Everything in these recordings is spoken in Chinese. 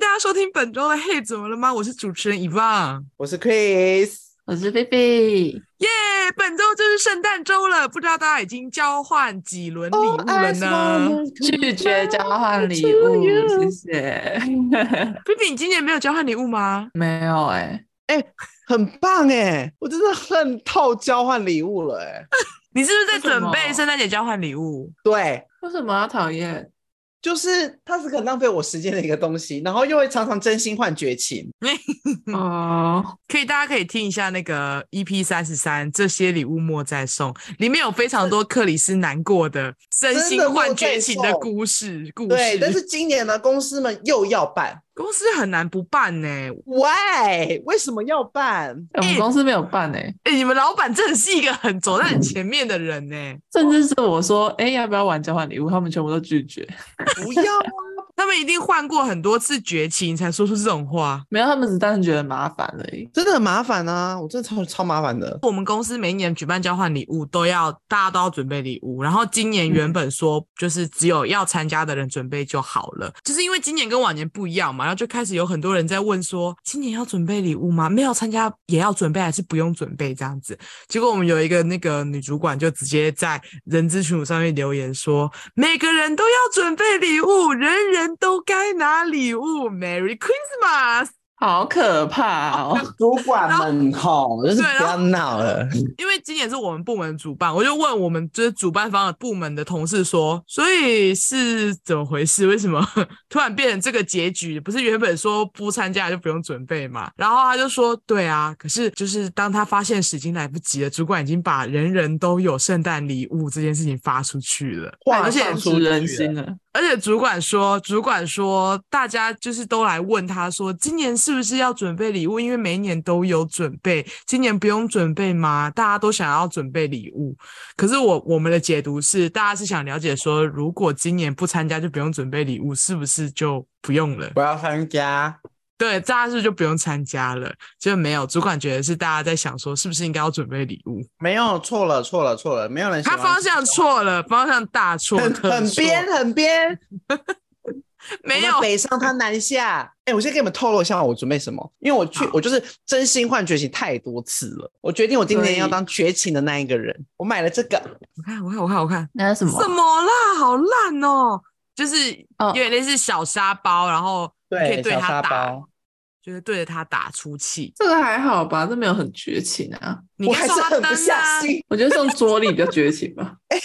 家收听本周的《嘿，怎么了吗？》我是主持人遗忘，我是 Chris，我是菲菲。耶、本周就是圣诞周了，不知道大家已经交换几轮礼物了 Oh, 呢？ 拒绝交换礼 物，谢谢。菲菲，你今年没有交换礼物吗？ 没有哎、很棒哎，我真的恨透交换礼物了哎。你是不是在为什准备么圣诞节交换礼物？对，为什么要讨厌？就是它是个浪费我时间的一个东西，然后又会常常真心换绝情。嗯哦，可以，大家可以听一下那个 EP 三十三，这些礼物莫再送，里面有非常多克里斯难过的、真心换绝情的故事故对事。，但是今年呢，公司们又要办公司很难不办呢、 ，Why？为什么要办？欸我们公司没有办哎、哎、你们老板真的是一个很走在很前面的人呢、甚至是我说哎、要不要玩交换礼物，他们全部都拒绝。不要啊！ 他们一定换过很多次绝情才说出这种话。没有，他们只单纯觉得麻烦而已。真的很麻烦啊，我真的超超麻烦的。我们公司每一年举办交换礼物，都要大家都要准备礼物。然后今年原本说就是只有要参加的人准备就好了，就是因为今年跟往年不一样嘛，然后就开始有很多人在问说，今年要准备礼物吗？没有参加也要准备，还是不用准备这样子？结果我们有一个那个女主管就直接在人资群组上面留言说，每个人都要准备礼物，人人都该拿礼物，Merry Christmas。好可怕 哦！主管们吼，就对是然后不要闹了。因为今年是我们部门主办，我就问我们就是主办方的部门的同事说，所以是怎么回事？为什么 突然变成这个结局？不是原本说不参加就不用准备嘛？然后他就说，对啊，可是就是当他发现时已经来不及了，主管已经把人人都有圣诞礼物这件事情发出去了，话而且放出直人去了心了，而且主管说，主管说，大家就是都来问他说，今年是不是要准备礼物？因为每一年都有准备，今年不用准备吗？大家都想要准备礼物。可是我我们的解读是，大家是想了解说，如果今年不参加就不用准备礼物，是不是就不用了？不要参加，对，大家是不是就不用参加了？就没有主管觉得是大家在想说，是不是应该要准备礼物？没有错了，错了，错了，没有人喜他欢方向错了，方向大错 很特很错，边很边， 没我们有北上他南下。哎、我先给你们透露一下我准备什么，因为我去好我就是真心换绝情太多次了，我决定我今所年以要当绝情的那一个人。我买了这个，我看我看我看我看。那是什么？什么啦？好烂哦！就是有哦点类似小沙包，然后你可以对，对小它沙打，包，就是对着它打出气。这个还好吧，这没有很绝情啊。你我应该还是送它很不灯下啊心。我觉得送桌历比较绝情吧。哎、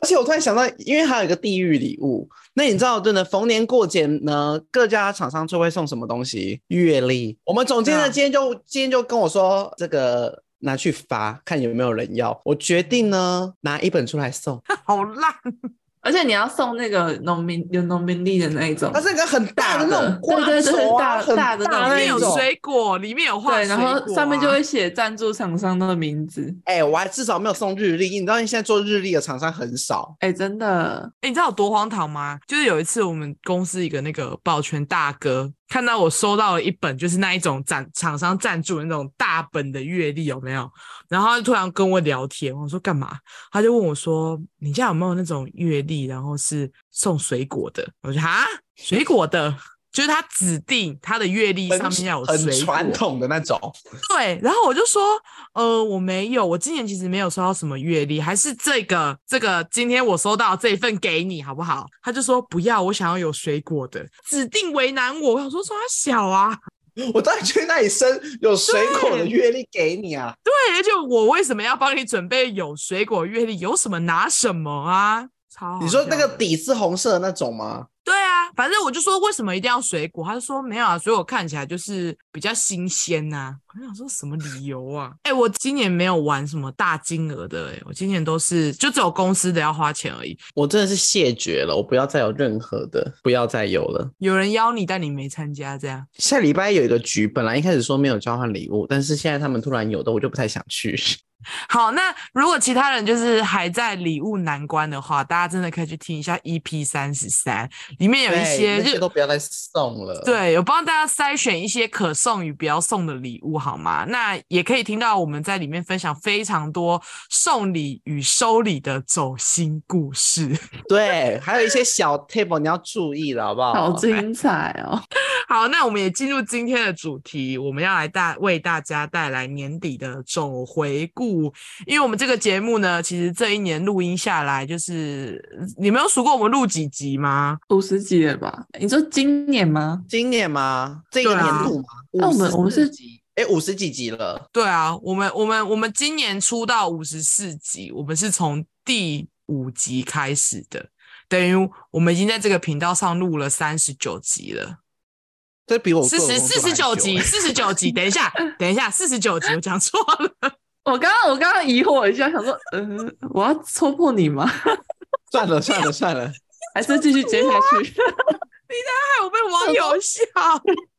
而且我突然想到，因为还有一个地狱礼物，那你知道，真的逢年过节呢，各家厂商就会送什么东西？月历。我们总监对呢，啊今天就今天就跟我说，这个拿去发，看有没有人要。我决定呢，拿一本出来送。好烂！ 哦 而且你要送那个农民有农民历的那一种，它是一个很大的那种挂大的对对对轴啊大很大的大里那面一有种。水果，里面有画对，水果然啊、后上面就会写赞助厂商的名字。哎、我还至少没有送日历，你知道现在做日历的厂商很少。哎、真的，欸你知道有多荒唐吗？就是有一次我们公司一个那个保全大哥看到我收到了一本就是那一种赞厂商赞助的那种大本的阅历有没有？然后他就突然跟我聊天，我说干嘛？他就问我说你家有没有那种阅历，然后是送水果的？我说哈，水果的。 就是他指定他的阅历上面要有很水果，传统的那种，对，然后我就说，呃，我没有，我今年其实没有收到什么月历，还是这个这个，今天我收到这一份给你，好不好？他就说不要，我想要有水果的，指定为难我。我想说，说他小啊，我到底去那里生有水果的月历给你啊？对，而且我为什么要帮你准备有水果月历？有什么拿什么啊？超你好说那笑个的底是红色的那种吗？对啊，反正我就说为什么一定要水果，他就说没有啊，水果看起来就是比较新鲜呐、我想说什么理由啊？哎、我今年没有玩什么大金额的、欸，我今年都是就只有公司的要花钱而已。我真的是谢绝了，我不要再有任何的，不要再有了。有人邀你，但你没参加，这样下礼拜有一个局，本来一开始说没有交换礼物，但是现在他们突然有的，我就不太想去。好。那如果其他人就是还在礼物难关的话，大家真的可以去听一下 EP 三十三，里面有一对些那就些都不要再送了。，对，有帮大家筛选一些可送与不要送的礼物，好吗？那也可以听到我们在里面分享非常多送礼与收礼的走心故事。 对，还有一些小 table 你要注意了，好不好？好精彩哦！好，那我们也进入今天的主题，我们要来大为大家带来年底的总回顾。因为我们这个节目呢，其实这一年录音下来，就是呃你没有数过我们录几集吗？五十几了吧？你说今年吗？今年吗？这个对啊年度吗？那我们54我们是集，哎，五十几集了。对啊，我们我们我们今年出到五十四集，我们是从第五集开始的，等于我们已经在这个频道上录了三十九集了。这比我四做十的工四作还十九久 集，欸四十九集，等一下，等一下，四十九集，我讲错了。我刚刚我刚刚疑惑一下，想说，嗯，我要戳破你吗？算了算了算了，还是继续接下去？ 哎害我被网友笑，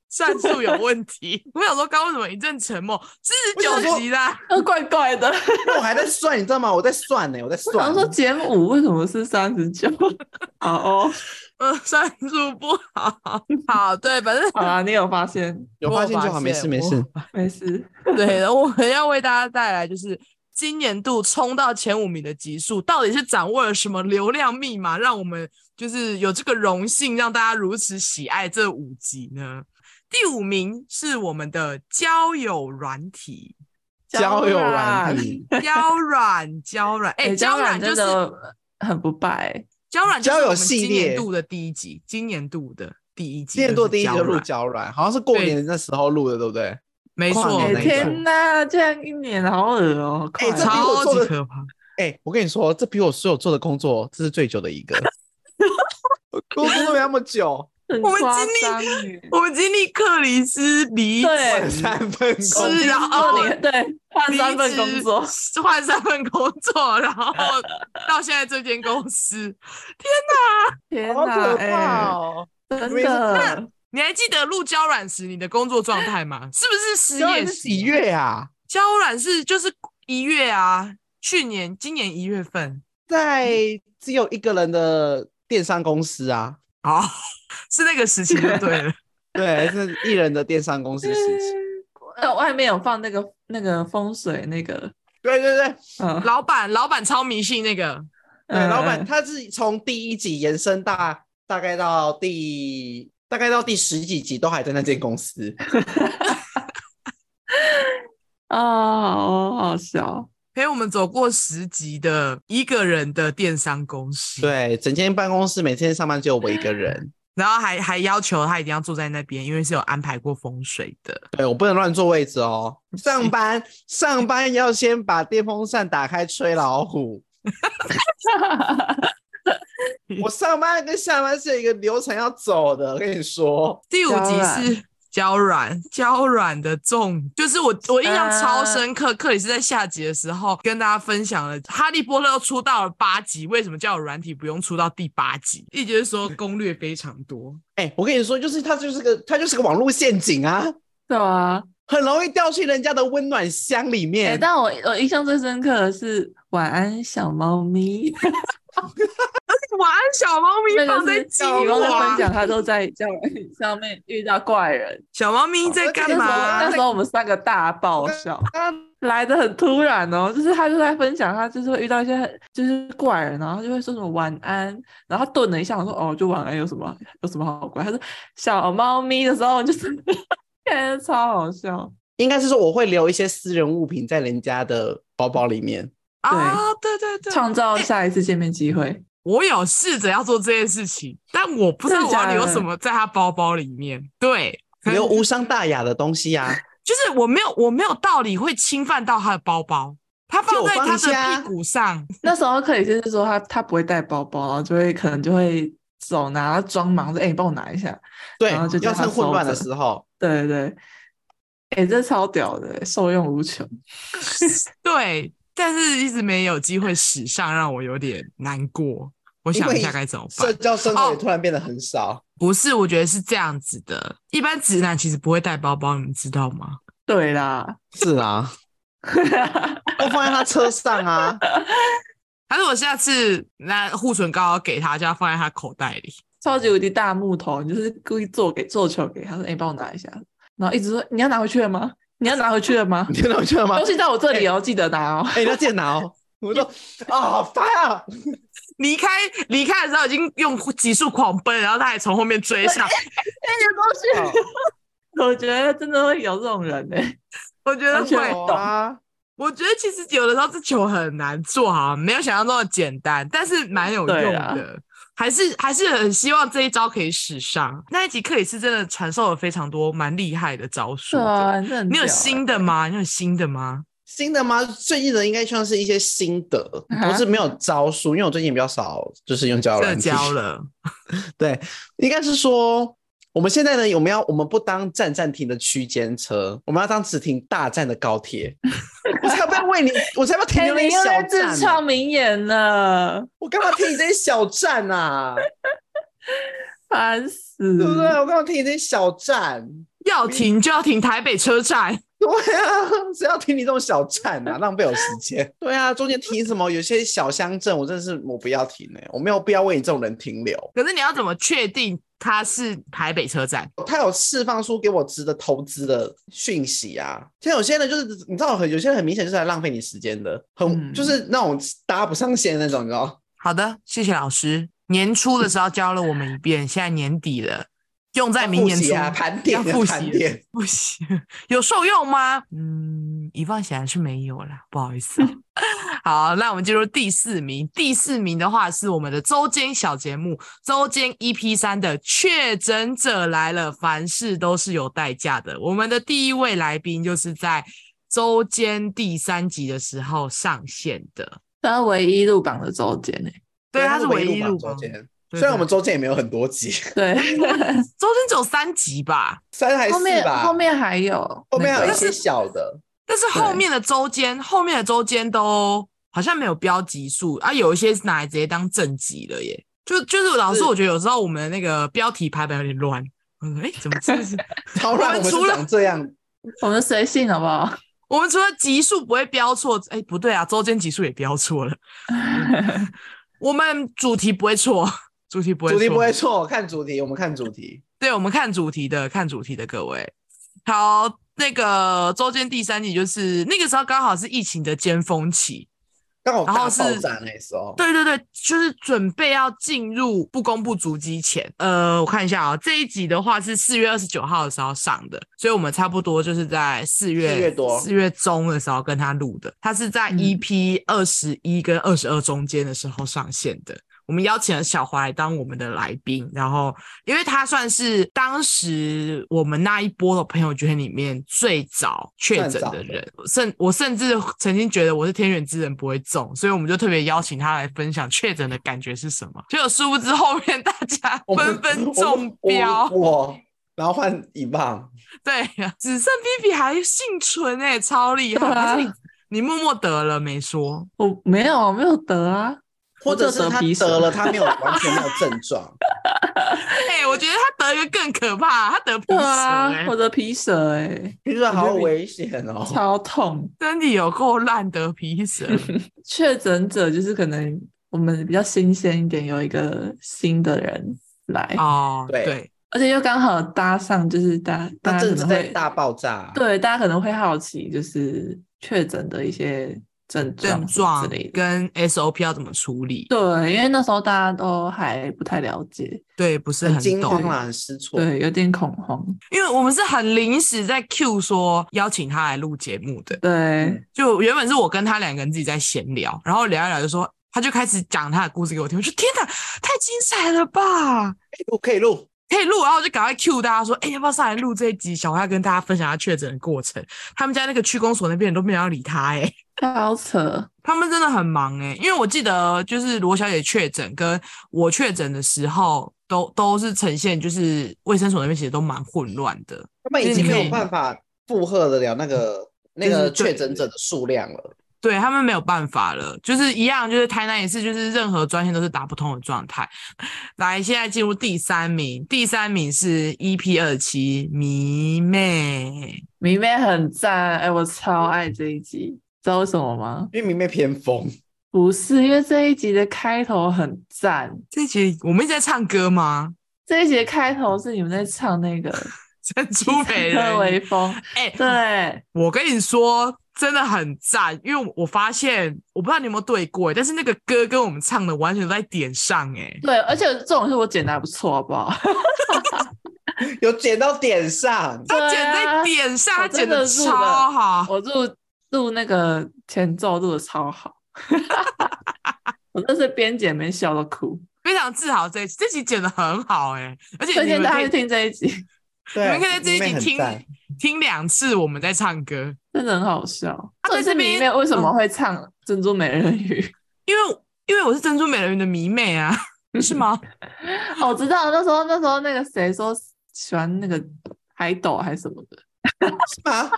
战术有问题。我想说，刚刚为什么一阵沉默？四十我想九说集啦，怪怪的。那我还在算，你知道吗？我在算呢，我在我想算。说减五为什么是三十九？ 好哦，嗯，战术不好。 好，对，反正好啦，你有发现？有我发现发就好，没现事没我事。没事， 对，然后我们要为大家带来就是。今年度冲到前五名的集数，到底是掌握了什么流量密码，让我们就是有这个荣幸，让大家如此喜爱这五集呢？第五名是我们的交友软体， 交友软软体，娇软，娇软，哎、哎，娇交软就是真的很不败，娇软，交友系今年列度的第一集，今年度的第一集，今年做第一集集 就录胶软，好像是过年那时候录的，对不对？没跨错，年那一哎没种错，天哪，这样一年好恶哦！快这比哦我哎超做级的可怕。哎，我跟你说，这比我所有做的工作，这是最久的一个。我工作都没那么久，很我们夸经历张耶我们经历克里斯离职对三分我工们。是然后哦你对换三份工作离，职换三份工作，然后到现在这间公司，天好哪，可怕哎，哦！真明明是的，你还记得录娇软时你的工作状态吗？是不是失交业软时是几？月啊？娇软是就是一月啊，去年今年一月份，在只有一个人的电商公司啊，哦，是那个时期就对了。对，是一人的电商公司时期。呃，外面有放那个那个风水那个，对对对，嗯，老板，老板超迷信那个，对，嗯老板他是从第一集延伸大大概到第大概到第十几集都还在那间公司，啊，好好笑， 陪我们走过十集的一个人的电商公司，，对，整间办公室每天上班只有我一个人，然后还还要求他一定要住在那边，因为是有安排过风水的。对我不能乱坐位置哦。上班上班要先把电风扇打开吹老虎，我上班跟下班是有一个流程要走的，我跟你说。第五集娇软是娇软，娇软的重，就是我我印象超深刻。克里斯在下集的时候跟大家分享了《哈利波特》都出到了八集，为什么叫软体不用出到第八集？一直说攻略非常多，哎、我跟你说，就是它就是个它就是个网络陷阱啊，对啊，很容易掉进人家的温暖乡里哎、面。但我我印象最深刻的是《晚安小 猫咪》，晚安小猫咪那放个在是计你刚在划分，享，他都在教 育上面遇到怪人，小猫咪在干那时候嘛那？时候我们三个大爆笑，啊来的很突然哦，就是他就在分享，他就是会遇到一些很就是怪人，然后就会说什么晚安，然后他顿了一下，我说哦，就晚安有什么有什么好怪？他说小猫咪的时候，我就是 感觉超好笑，应该是说我会留一些私人物品在人家的包包里面。啊，对对对，创造下一次见面机会。我有试着要做这件事情，但我不知道真我的假要的留什么在他包包里面。对，留无伤大雅的东西啊，就是我没有，我没有道理会侵犯到他的包包。他放在借我放他一下的屁股上， 那时候克里斯是说他他不会带包包，然后就会可能就会手拿装忙，说哎、你帮我拿一下。对， 然后就叫要他趁混乱的收时候，对对对，哎、这超屌的，受用无穷。对，但是一直没有机会使上，让我有点难过。我想一下该怎么社办。交生活哦也突然变得很少。不是，我觉得是这样子的。一般直男其实不会带包包，你们知道吗？对啦，是啊， 都放在他车上啊，还是我下次拿护唇膏给他，叫他放在他口袋里。超级无敌大木头，你就是故意做给做球给他说哎、帮我拿一下，然后一直说你要拿回去了吗？你要拿回去了吗 你？听到我觉得吗 东？西在我这里哦，记得拿哦。哎，你要记得拿哦，我就啊，好烦 啊！离开离开的时候已经用急速狂奔，然后他还从后面追上。这些东西，哦 我觉得真的会有这种人呢、我觉得而且会，有啊，我觉得其实有的时候这球很难做好，没有想象中的简单，但是蛮有用对啊啦的。还是还是很希望这一招可以使上。那一集克里斯真的传授了非常多蛮厉害的招数是的。啊，你真的很你有屌新欸的吗？你有新的吗？新的吗？最近的应该算是一些心得，啊不是没有招数，因为我最近比较少就是用交友社软件。交了，对，应该是说我们现在呢，我们要我们不当站站停的区间车，我们要当只停大站的高 铁。我才不要为你，我才不要停哎、 留你你又小啊在站自呢、创名言呢，我干嘛停你这些小站 啊？烦死！对不对？我干嘛停你这些小站？要停就要停台北车站。 对啊，谁要听你这种小站啊？浪费我时间。 对啊，中间停什么？有些小乡镇，我真的是我不要停哎、我没有必要为你这种人停留。可是你要怎么确定它是台北车站？他有释放出给我值得投资的讯息啊。像有些人就是你知道，很有些人很明显就是来浪费你时间的，很、嗯就是那种搭不上线的那种，你知道？好的，谢谢老师。年初的时候教了我们一遍，现在年底了，用在明复年习初啊，盘点要啊，复盘习了， 点。复习有受用吗？嗯，遗忘显然是没有啦，不好意思、啊。 好，那我们进入第四名。第四名的话是我们的周间小节目《周间 EP 三》的确诊者来了，凡事都是有代价的。我们的第一位来宾就是在周间第三集的时候上线的，他唯一入榜的周间呢、对，他是唯一入入周榜。间，对虽然我对们周间也没有很多集， 对，周间只有三集吧，三还是后面吧，后面还有后面还有那一个些小的，但是后面的周间，后面的周间都好像没有标集数啊，有一些是拿来直接当正集了耶。就就是老师，是我觉得有时候我们的那个标题排版有点乱。嗯，哎，怎么 这是？好我让我们们是除了长这样，我们随性好不好？我们除了集数不会标错，哎，不对啊，周间集数也标错 了。我们主题不会错，主题不会主错，题不会错，看主题，我们看主题。对，我们看主题的，看主题的各位。好，那个周间第三集就是那个时候刚好是疫情的尖峰期，刚好然后大是爆炸那时候，对对对，就是准备要进入不公布足迹前，呃，我看一下啊、这一集的话是四月二十九号的时候上的，所以我们差不多就是在四月四月多四月中的时候跟他录的，他是在嗯 EP 二十一跟二十二中间的时候上线的。我们邀请了小华来当我们的来宾，然后因为他算是当时我们那一波的朋友圈里面最早确诊算早的的人，甚我甚至曾经觉得我是天选之人不会中，所以我们就特别邀请他来分享确诊的感觉是什么。结果殊不知后面大家我们纷纷我中们我标，我然后换一棒，对，只剩 B B 还幸存哎、超厉对害！啊还是你你默默得了没说？我没有，我没有得啊，或者是我就他皮得疹了，他没有完全没有症状，哎、我觉得他得一个更可怕，他得皮对疹、啊欸，，我得皮蛇哎、欸，听说好我觉得危险哦。超痛。身体有够烂得皮疹。 确诊者就是可能我们比较新鲜一点，有一个新的人来，哦，对对，而且又刚好搭上，就是大大那家可正值能在会大爆炸，，对大家可能会好奇，就是确诊的一些症状症什么状之类的。跟 SOP 要怎么处理？对，因为那时候大家都还不太了解，对，不是很很惊懂慌，啊啦，很失措。对，有点恐慌。因为我们是很临时在 Q 说邀请他来录节目的，对，就原本是我跟他两个人自己在闲聊，然后聊一聊就说。他就开始讲他的故事给我听，我说天哪，太精彩了吧！录可以录，可以录，然后我就赶快 Q 大家说，哎、要不要上来录这一集？小花要跟大家分享他确诊的过程。他们家那个区公所那边人都没有要理他、哎，超扯，他们真的很忙哎、因为我记得就是罗小姐确诊跟我确诊的时候，都都是呈现就是卫生所那边其实都蛮混乱的。他们就已是经你可没以有办法负荷得了那个那就是个对确诊者的数量了。对他们没有办法了，就是一样，就是台南也是，就是任何专线都是打不通的状态。 来，现在进入第三名，第三名是 EP 二七迷妹，迷妹很赞，哎、我超爱这一集，知道为什么吗？因为明媚偏疯，不是因为这一集的开头很赞，这一集我们一直在唱歌吗？ 这一集的开头是你们在唱那个珍珠美特人鱼。 微风，哎、对，我跟你说，真的很赞，因为我发现我不知道你有没有对过，欸但是那个歌跟我们唱的完全在点上哎。对，而且这种是我剪的还不错，好不 好？有剪到点上，他对剪在啊点上，我他剪真的得录超了好。我录录那个前奏录的超好， 我真是边剪边笑到哭。非常自豪这一集，这集剪得很好哎、而且推你荐们大可家去以听这一集，你对，们可以在这里面一很集听赞听两次我们在唱歌，真的很好笑。啊这在是这边嗯里面为什么会唱《珍珠美 人鱼》因为因为我是珍珠美人鱼的迷妹 啊，是吗？哦，我知道那时候那时候那个谁说喜欢那个海斗还是什么的，是吗？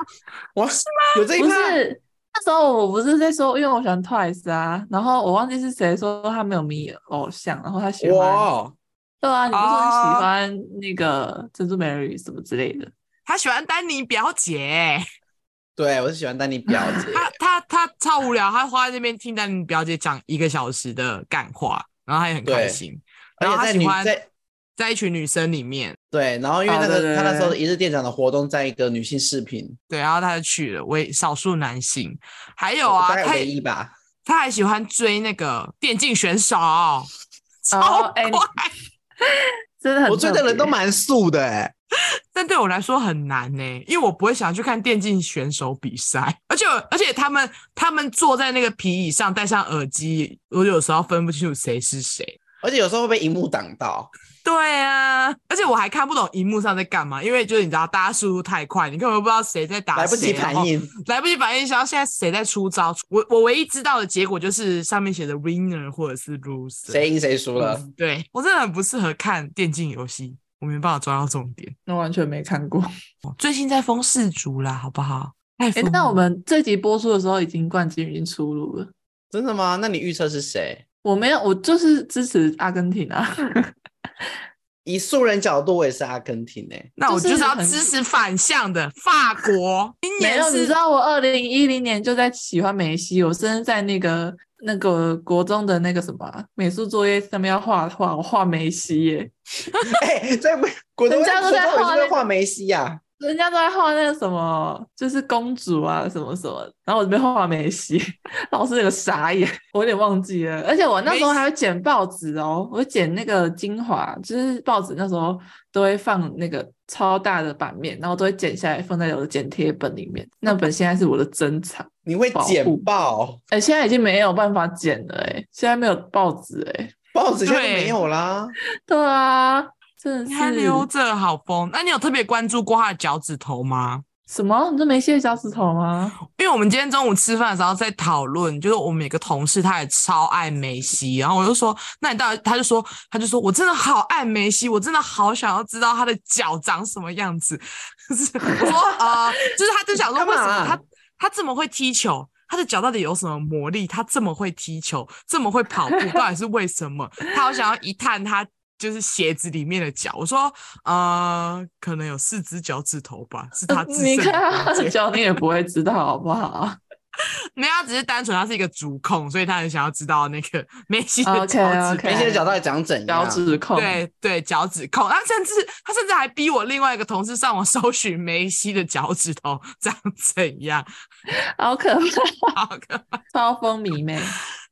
我是吗？啊有这一不趴，是。那时候我不是在说，因为我喜欢 Twice 啊，然后我忘记是谁说他没有迷偶像，然后他喜欢，哇，对啊，你不是说你哦喜欢那个珍珠美人鱼什么之类的，她喜欢丹尼表姐欸、对我是喜欢丹尼表姐，她她她超无聊，她花在那边听丹尼表姐讲一个小时的干话，然后她也很开对心。然而后她且在喜女欢在在一群女生里面，对，然后因为哦那对个对他那时候对一日店长的活动，在一个女性视频，对，然后她就去了，为少数男性。还有啊，大概她唯也一吧。她还喜欢追那个电竞选手，超哦怪。哎你真的很我追的人都 特别蛮素的哎、但对我来说很难呢、因为我不会想去看电竞选手比赛，而且而且他们他们坐在那个皮椅上，戴上耳机，我有时候分不清楚谁是谁。而且有时候会被荧幕挡到。对啊，而且我还看不懂荧幕上在干嘛，因为就是你知道大家速度太快，你根本不知道谁在打谁，来不及反然后，应，来不及反应，想要现在谁在出招。我我唯一知道的结果就是上面写的 winner 或者是 loser。嗯 谁赢谁输了。对我真的很不适合看电竞游戏，我没办法抓到重点。哦我完全没看过。最近在封四足啦，好不好？哎 哎、那我们这集播出的时候，已经冠军已经出炉了。真的吗？那你预测是谁？我没有，我就是支持阿根 廷啊。以素人角度，我也是阿根廷欸诶、那我就就是是要很支持反向的法 国。今没年有，你是知道我二零一零年就在喜欢梅西，我甚至在那个那个国中的那个什么啊美术作业上面要画画，我画梅西耶， 哎、在美国中人家都在国中画也那是画梅西呀、啊，人家都在画那个什么，就是公主啊什么什么，然后我这边画梅西， 老师有个傻眼，我有点忘记了。而且我那时候还会剪报纸哦，我会剪那个精华，就是报纸那时候都会放那个超大的版面，然后都会剪下来放在我的剪贴本里面。那本现在是我的珍藏。你会保护剪报，哎、现在已经没有办法剪了、哎，现在没有报纸，哎， 报纸现在对没有啦。对啊，真的你是还留着好疯？那你有特别关注过他的脚趾头吗？什么？你这没卸脚趾 头吗？因为我们今天中午吃饭的时候在讨论，就是我们有个同事他也超爱梅西，然后我就说，那你到底？他就说，他就说我真的好爱梅西，我真的好想要知道他的脚长什么样子。 就是我说呃，就是他就想 说，干嘛为什么啊他他这么会踢球？他的脚到底有什么魔力？他这么会踢球，这么会跑步，到底是为什么？他好想要一探他就是鞋子里面的脚。我说，呃，可能有四只脚趾头吧，是他自你身的看他关的节脚，你也不会知道，好不好？没有，他只是单纯他是一个主控，所以他很想要知道那个 梅西的脚趾 OK，OK 被梅西的脚到底长怎脚样？趾控，对对脚趾控。他甚至他甚至还逼我另外一个同事上网 搜寻梅西的脚趾头长怎样，好可怕，好 可怕，超风迷妹，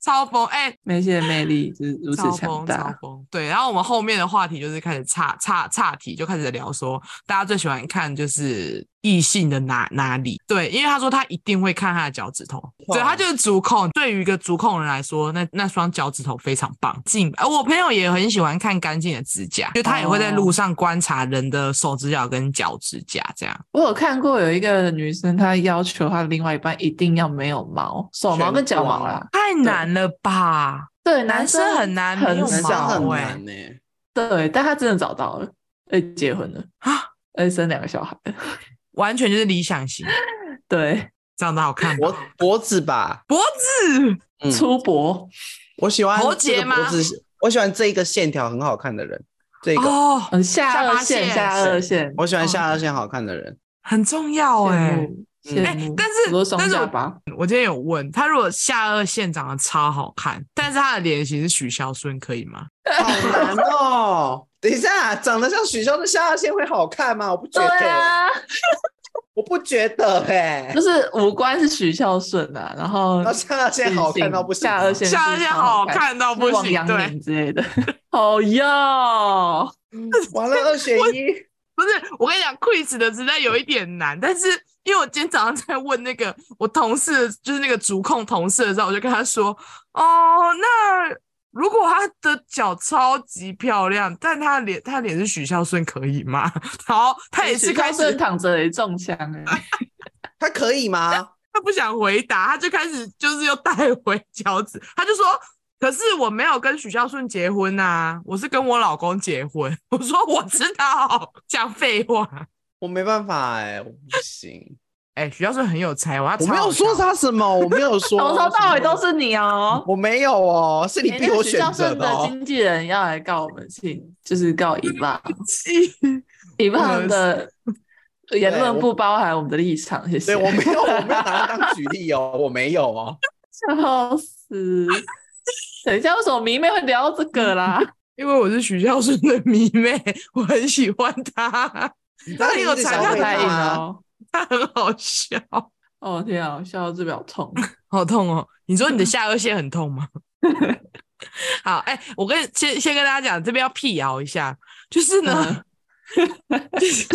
超疯哎、梅西的魅力就是如此超强疯超大。疯。对，然后我们后面的话题就是开始岔岔岔题，就开始聊说大家最喜欢看就是异性的哪哪里？对，因为他说他一定会看他的脚趾头，对他就是足控。对于一个足控人来说，那那双脚趾头非常棒。近，而我朋友也很喜欢看干净的指甲，就他也会在哦路上观察人的手指甲跟脚指甲这样。我有看过有一个女生，她要求她另外一半一定要没有毛，手毛跟脚啊毛啦。太难了吧？对，男生生很难没有男少生很毛欸难诶、对，但她真的找到了，哎，结婚了啊，哎，生两个小孩。完全就是理想型，对，长得好 看吧，脖脖子吧，脖子嗯粗脖，我喜欢喉这个结吗脖子，我喜欢这一个线条很好看的人，这个、哦，嗯，下下巴颚线，线下颚线，我喜欢下颚线好看的人。很重要哎、羡慕哦嗯哎羡慕。但是我都双但是我下巴，我今天有问他，如果下颚线长得超好看，但是他的脸型是许孝顺，可以吗？ 好难哦！等一下，长得像许嵩的下颚线会好看吗？我不觉得。，我不觉得哎、啊就是五官是许孝顺啊，然后然后下颚线好看到不行，下颚线下是线超好看，看到是不王行，阳对，明之类的。好哟，完了二选一，不是，我跟你讲，quiz 的实在有一点难，但是因为我今天早上在问那个我同事，就是那个主控同事的时候，我就跟他说，哦，那如果他的脚超级漂亮，但他的脸他的脸是许孝顺，可以吗？ 然后他也是哎许孝开顺始，躺着也中枪哎，他可以吗？他不想回答，他就开始就是又带回脚趾，他就说。可是我没有跟许孝顺结婚呐、我是跟我老公结婚。 我说我知道，讲废话。我没办法哎、我不行，哎、许孝顺很有才，我要我没有说啥。他 什么，我没有说，从头到尾都是你哦。我没有哦，是你哎逼那个我许选孝择顺的哦。经纪人要来告我们信，就是告一 爸，气， 一爸的言对论我不包含我们的立场，谢谢对，。我没有，我没有拿它当举例哦，我没有 哦。 笑死！等一下，为什么迷妹会聊到这个啦？因为我是许孝顺的迷妹，我很喜欢他， 你那你有才调才聊会太硬他哦！他很好笑，哦天啊，我笑到这表痛。好痛哦！你说你的下颚线很痛吗？好，哎、我跟先先跟大家讲，这边要辟谣一下，就是呢， 就是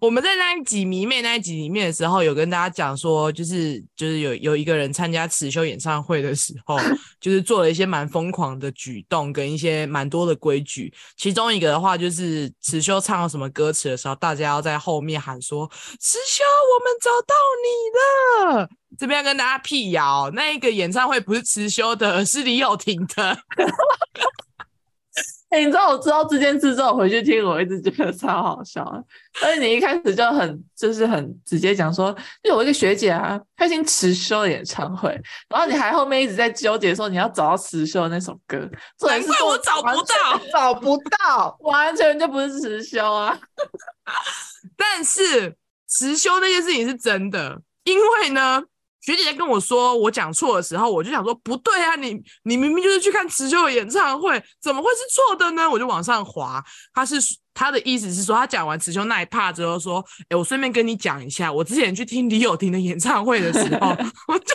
我们在那一集迷妹那一集里面的时候，有跟大家讲说，就是就是有有一个人参加辞修演唱会的时候，就是做了一些蛮疯狂的举动，跟一些蛮多的规矩。其中一个的话，就是辞修唱到什么歌词的时候，大家要在后面喊说：“辞修，我们找到你了。”这边要跟大家辟谣，那一个演唱会不是辞修的，是李友廷的。哎、你知道我知道这件事之后，回去听我一直觉得超好笑的。而且你一开始就很就是很直接讲说，就我一个学姐啊，她已经辞修了演唱会，然后你还后面一直在纠结说你要找到辞修的那首歌，重点难是怪我找完不到。找不到，完全就不是辞修啊。但是辞修那件事情是真的，因为呢，学姐在跟我说我讲错的时候，我就想说不对啊，你你明明就是去看辞修的演唱会，怎么会是错的呢？我就往上滑，他是他的意思是说，他讲完辞修那一 part 之后说，哎、我顺便跟你讲一下，我之前去听李友廷的演唱会的时候， 我就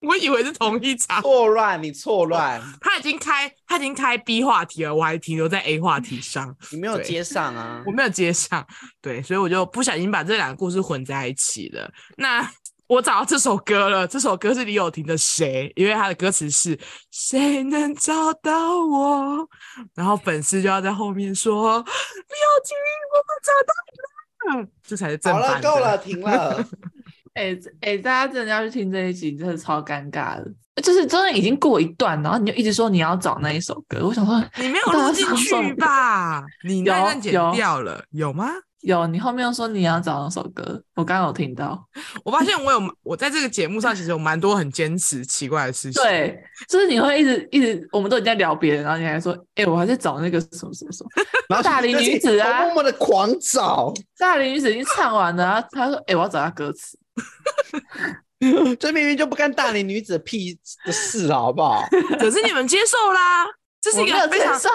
我以为是同一场。错乱，你错乱，他已经开，他已经开 B 话题了，我还停留在 A 话题上，你没 有对接上啊我。没有接上，对，所以我就不小心把这两个故事混在一起了。那我找到这首歌了，这首歌是李友廷的《谁》，因为他的歌词是“谁能找到我”，然后粉丝就要在后面说“李友廷，我们找到你了”，这才是正好版的。了，够了，停了。哎、这哎、大家真的要去听这一集，真的超尴尬的。就是真的已经过一段，然后你就一直说你要找那一首歌，我想说你没有录进去吧？你那有段剪有掉了，有吗？有，你后面又说你要找那首歌，我刚刚有听到。我发现我有我在这个节目上其实有蛮多很坚持奇怪的事情。对，就是你会一直一直，我们都已经在聊别人，然后你还说，哎、我还在找那个什么什么什么。 然后大龄女子啊我默默的狂找， 大龄女子已经唱完了，然后他说，哎、我要找他歌词。这明明就不干大龄女子的屁的事，好不好？可是你们接受啦，这是我一没有个介非常绍，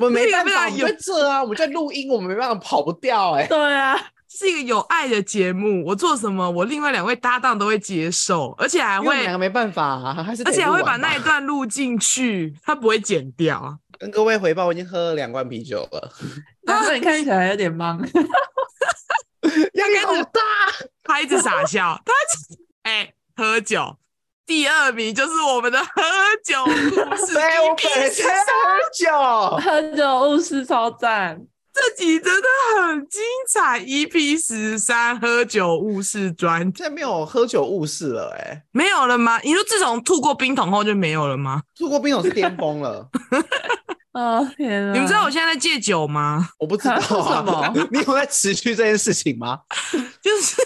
我们没办对啊法，我们在这啊，我们在录音，我们没办法跑不掉哎。对 啊，这是一个有爱的节目。我做什么，我另外两位搭档都会接受，而且还因为我们会两个没办法啊，还是得而且还录会完把那吧一段录进去，他不会剪掉。 跟各位回报，我已经喝了两罐啤酒了，难怪你看起来有点忙。 压力好大。他一直傻笑，他一直哎、喝酒。第二名就是我们的喝酒故事 对，我 EP 本来十在喝酒，喝酒误事超赞，这集真的很精彩，EP 十三喝酒误事专现在没有喝酒误事了哎。没有了吗？你说自从吐过冰桶后就没有了吗？出国冰桶是巅峰了，哦天啊！你们知道我现在在戒酒吗？ 我不知道什啊么。 你有在持续这件事情吗？就是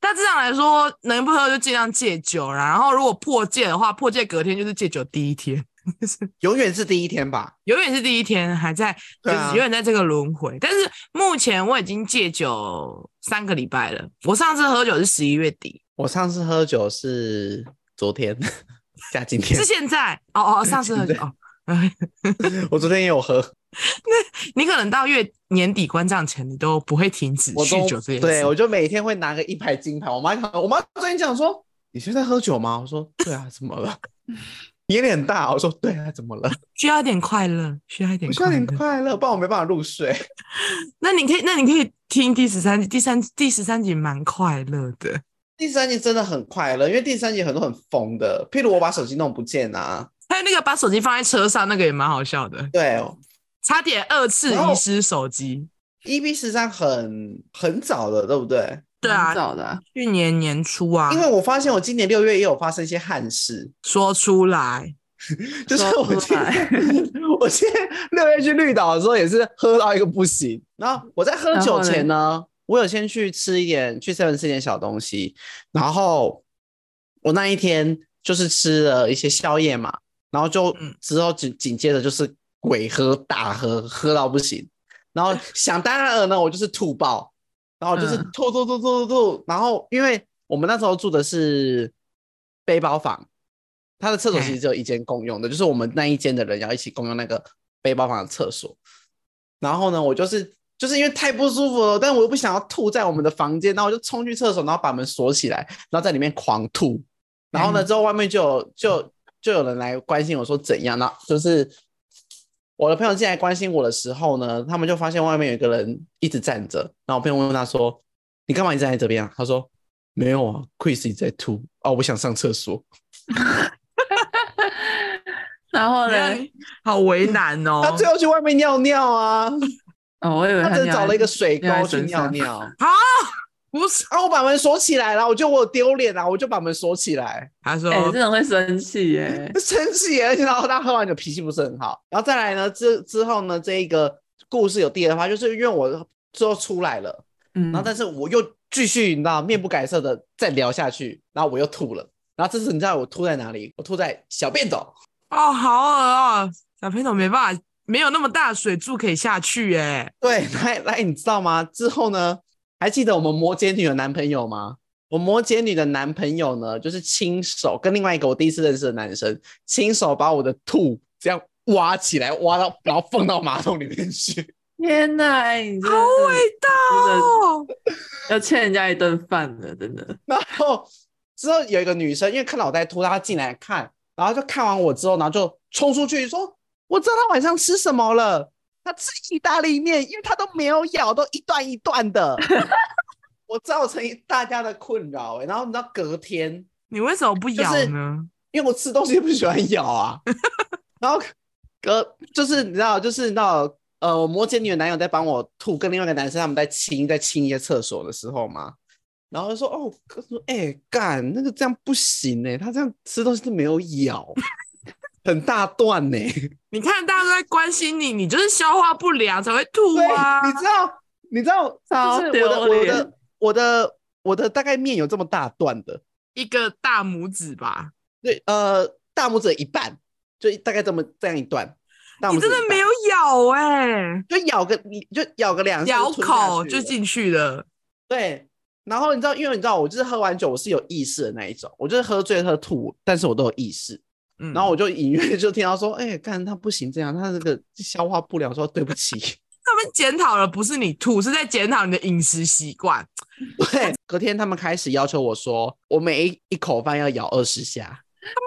大致上来说，能不喝就尽量戒酒啦。然后如果破戒的话，破戒隔天就是戒酒第一天，永远是第一天吧。永远是第一天，还在就对是啊永远在这个轮回。但是目前我已经戒酒三个礼拜了，我上次喝酒是十一月底，我上次喝酒是昨天加今天是，现在哦哦，上次喝酒哦。我昨天也有喝，你可能到月年底关账前，你都不会停止我酗都酒这件事。对我就每天会拿个一排金牌。我妈看我妈最近讲说，你是在喝酒吗？我说对啊，怎么了？眼脸大，我说对啊，怎么了？需要一点快乐，需要一点我需快要乐。点快乐，不然我没办法入睡。那你可以，那你可以听第十三集，第三第十三集蛮快乐的。 第三集真的很快乐，因为第三集很多很疯的，譬如我把手机弄不见啊，还有那个把手机放在车上，那个也蛮好笑的，对差点二次然后遗失手机。 ，EP ，E 十三很很早的，对不对？对啊蛮，早的啊去年年初啊因，为我发现我今年六月也有发生一些憾事，说出来， 就是说我出今来天我今天六月去绿岛的时候也是喝到一个不行，然后我在喝然酒后嘞前呢，我有先去吃一点去 seven 吃一点小东西，然后我那一天就是吃了一些宵夜嘛，然后就嗯之后紧紧接着就是鬼喝大喝，喝到不行，然后想当然了呢，我就是吐爆，然后就是嗯吐吐吐吐吐吐，然后因为我们那时候住的是背包房，他的厕所其实只有一间共用的，就是我们那一间的人要一起共用那个背包房的厕所。然后呢，我就是就是因为太不舒服了，但我又不想要吐在我们的房间，然后我就冲去厕所，然后把门锁起来，然后在里面狂吐。然后呢，嗯之后外面就有就就有人来关心我说怎样，然后就是我的朋友进来关心我的时候呢，他们就发现外面有一个人一直站着，然后我朋友问他说：“你干嘛一直站在这边啊？”他说：“没有啊，Chris 一直在吐哦，我想上厕所。然后那嘞，你好为难哦。 他最后去外面尿尿啊，哦，我以为他他只找了一个水尿沟在去身尿上尿。不是，啊，我把门锁起来了，我觉得我有丢脸啊，我就把门锁起来， 他说、哎、这种会生气耶、生气耶！而 且然后他喝完酒脾气不是很好，然后再来呢，之之后呢，这一个故事有第二趴，就是因为我之后出来了，嗯，然后但是我又继续你知道面不改色的再聊下去，然后我又吐了，然后这次你知道我吐在哪里？我吐在小便斗，哦，好恶哦，小朋友没办法，没有那么大的水柱可以下去耶。 对，来来，你知道吗？之后呢，还记得我们摩羯女的男朋友吗？我摩羯女的男朋友呢，就是亲手跟另外一个我第一次认识的男生，亲手把我的兔这样挖起来，挖到然后放到马桶里面去。天哪，哎你真的好伟大哦！是要欠人家一顿饭的，真的。然后之后有一个女生，因为看到我在吐，她进来看，然后就看完我之后，然后就冲出去说：“我知道她晚上吃什么了，她吃意大利面，因为她都没有咬，都一段一段的。” 我造成大家的困扰、欸，然后你知道隔天，你为什么不咬呢？因为我吃东西不喜欢咬啊， 然后隔就是你知道，就是你知道，呃，摩羯女的男友在帮我吐，跟另外一个男生他们在清在清一些厕所的时候嘛，然后就说哦，哥说哎、干那个这样不行哎、他这样吃东西都没有咬， 很大段呢、欸 你看大家都在关心你，你就是消化不良才会吐对，啊。你知道，你知道，超就是我的丢我的脸我的我的大概面有这么大段的，一个大拇指吧，对，呃，大拇指的一半，就大概这么这样一段。大拇你指真的一半没有咬哎、就咬个你就咬个两下咬就吞下口去就了进去了。对。然后你知道，因为你知道，我就是喝完酒我是有意识的那一种，我就是喝醉喝吐，但是我都有意识。嗯，然后我就隐约就听到说，哎、干他不行这样，他这个消化不良，说对不起。 他们检讨了，不是你吐，是在检讨你的饮食习惯。对，隔天他们开始要求我说，我每一一口饭要咬二十下。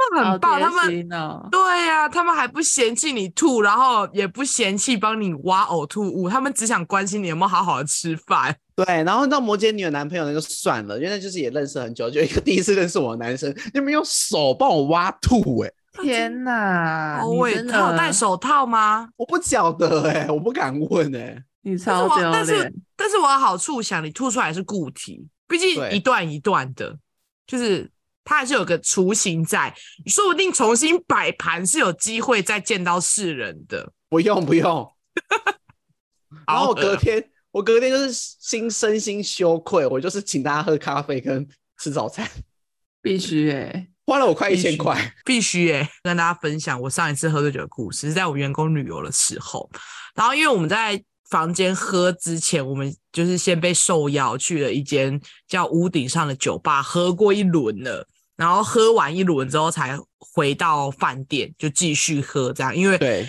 他们很棒，他好贴们心哦对呀、他们还不嫌弃你吐，然后也不嫌弃帮你挖呕吐物，他们只想关心你有没有好好的吃饭。对，然后你知道摩羯女的男朋友那就算了，因为那就是也认识很久，就一个第一次认识我的男生，你们用手帮我挖吐、哎，天哪，哦，你喂，真的他有戴手套吗？我不晓得、哎，我不敢问、哎，你但是超我丢但是脸。但是我有好处想，你吐出来是固体，毕竟对一段一段的，就是它还是有个雏形在，说不定重新摆盘是有机会再见到世人的。不用不用，然好呃后我恶隔天，我隔天就是心身心羞愧，我就是请大家喝咖啡跟吃早餐，必须哎、花了我快必一须千块。必须耶、跟大家分享我上一次喝醉酒的故事，是在我员工旅游的时候。然后因为我们在房间喝之前，我们就是先被受邀去了一间叫屋顶上的酒吧喝过一轮了。然后喝完一轮之后才回到饭店就继续喝这样，因为 对，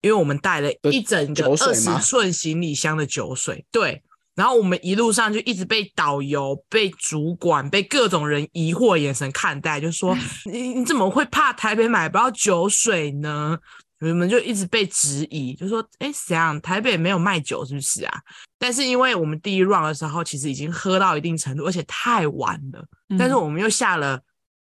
因为我们带了一整个酒二水十吗寸行李箱的酒水，对。然后我们一路上就一直被导游、被主管、被各种人疑惑眼神看待，就 说你你怎么会怕台北买不到酒水呢？我们就一直被质疑，就说哎，怎样台北没有卖酒是不是啊？但是因为我们第一 round 的时候其实已经喝到一定程度，而且太晚了，嗯嗯但是我们又下了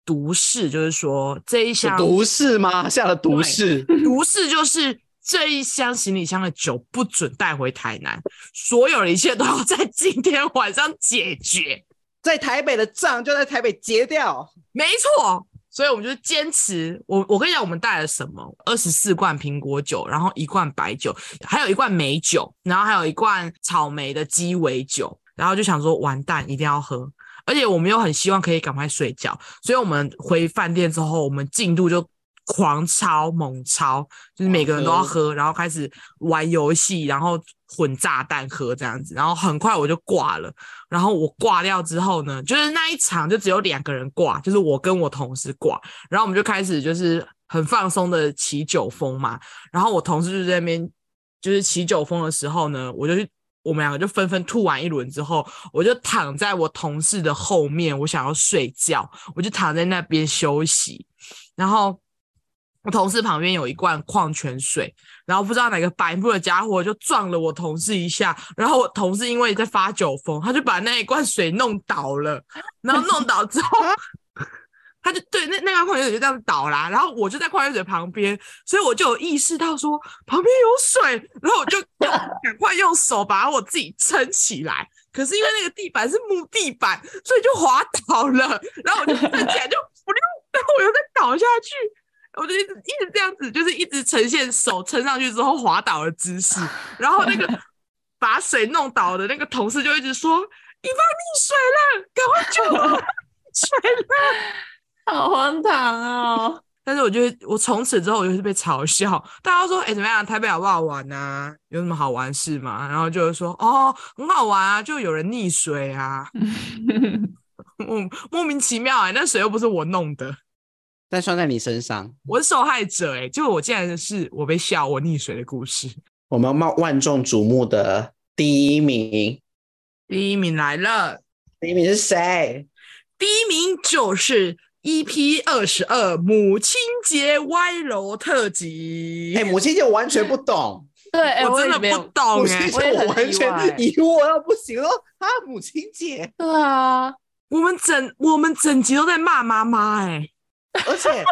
毒誓，就是说这一是箱毒誓吗？下了对毒誓，毒誓就是这一箱行李箱的酒不准带回台南，所有的一切都要在今天晚上解决。在台北的账就在台北结掉。没错，所以我们就是坚持。我我跟你讲，我们带了什么？二十四罐苹果酒，然后一罐白酒，还有一罐美酒，然后还有一罐草莓的鸡尾酒。然后就想说，完蛋，一定要喝。而且我们又很希望可以赶快睡觉，所以我们回饭店之后，我们进度就狂超猛超，就是每个人都要喝，然后开始玩游戏，然后混炸弹喝这样子，然后很快我就挂了。然后我挂掉之后呢，就是那一场就只有两个人挂，就是我跟我同事挂，然后我们就开始就是很放松的起酒疯嘛。然后我同事就在那边就是起酒疯的时候呢，我就去。我们两个就纷纷吐完一轮之后，我就躺在我同事的后面，我想要睡觉，我就躺在那边休息。然后我同事旁边有一罐矿泉水，然后不知道哪个白目的家伙就撞了我同事一下，然后我同事因为在发酒疯，他就把那一罐水弄倒了，然后弄倒之后， 他就对那那罐矿泉水就这样倒啦，然后我就在矿泉水旁边，所以我就有意识到说旁边有水，然后我就用 赶快用手把我自己撑起来。可是因为那个地板是木地板，所以就滑倒了，然后我就站起来就不溜，然后我又再倒下去，我就一直一直这样子，就是一直呈现手撑上去之后滑倒的姿势，然后那个把水弄倒的那个同事就一直说：“一方溺水了，赶快救我！”水了。好荒唐哦！但是我觉得我从此之后我就是被嘲笑，大家都说：“哎、怎么样？台北好不好玩啊？有什么好玩的事吗？”然后就是说：“哦，很好玩啊，就有人溺水 啊，莫莫名其妙哎、那水又不是我弄的。”但算在你身上，我是受害者哎、结果我竟然是我被笑我溺水的故事。我们万万众瞩目的第一名，第一名来了，第一名是谁？哎第一名就是 EP 二十二母亲节歪楼特辑。哎、母亲节我完全不懂，对，哎、我真也的没有不懂母哎、亲节啊我也很我完意外全疑惑到不行哦。啊，母亲节，对啊，我们整我们整集都在骂妈妈哎，而且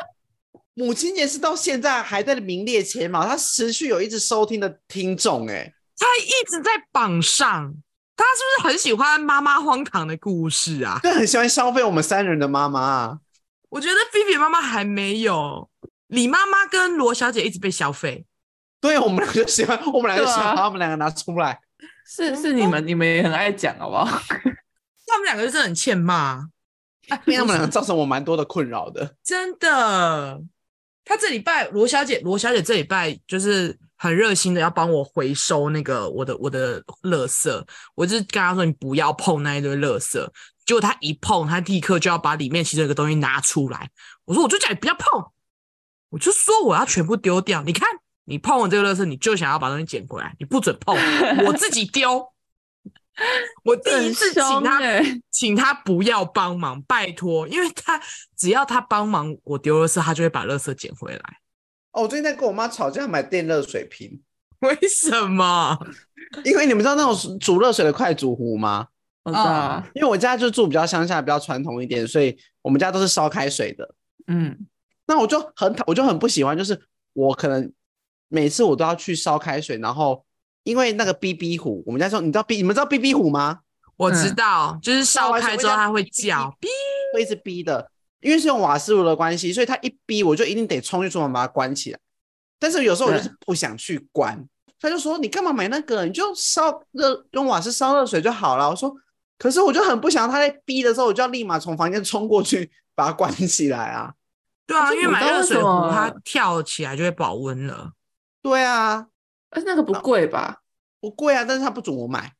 母亲节是到现在还在名列前茅，它持续有一直收听的听众、哎，她一直在榜上。她是不是很喜欢妈妈荒唐的故事啊？对，很喜欢消费我们三人的妈妈啊。我觉得菲菲妈妈还没有，李妈妈跟罗小姐一直被消费。对，啊我们两个就喜欢，我们两个就喜对欢啊把他们两个拿出来。是是你们，你们也很爱讲，好不好？他们两个就是很欠骂，哎，被他们两个造成我蛮多的困扰的。真的。他这礼拜罗小姐，罗小姐这礼拜就是很热心的要帮我回收那个我的我的垃圾，我就是跟她说你不要碰那一堆垃圾，结果她一碰，她立刻就要把里面其中一个东西拿出来。我说我就叫你不要碰，我就说我要全部丢掉。你看你碰我这个垃圾，你就想要把东西捡回来，你不准碰，我自己丢。 我第一很次凶请她哎、请他不要帮忙，拜托，因为他只要他帮忙我丢垃圾，他就会把垃圾捡回来。哦，我最近在跟我妈吵架买电热水瓶，为什 么？因为你们知道那种煮热水的快煮壶吗？ 我知道啊，因为我家就住比较乡下，比较传统一点，所以我们家都是烧开水的。嗯，那我就很讨我就很不喜欢，就是我可能每次我都要去烧开水，然后因为那个 BB 壶，我们家说你知道 B 你们知道 BB 壶吗？我知道，嗯就是烧哦开之后他会叫，哔会一直逼的，因为是用瓦斯炉的关系，所以它一逼我就一定得冲去厨房把它关起来。但是有时候我就是不想去关，他就说你干嘛买那个？你就烧热用瓦斯烧热水就好了。我说可是我就很不想，他在逼的时候我就要立马从房间冲过去把它关起来啊。对啊，可因是为买热水我壶不知道为它什么跳起来就会保温了。对啊，而且那个不贵吧？不贵啊，但是他不准我买。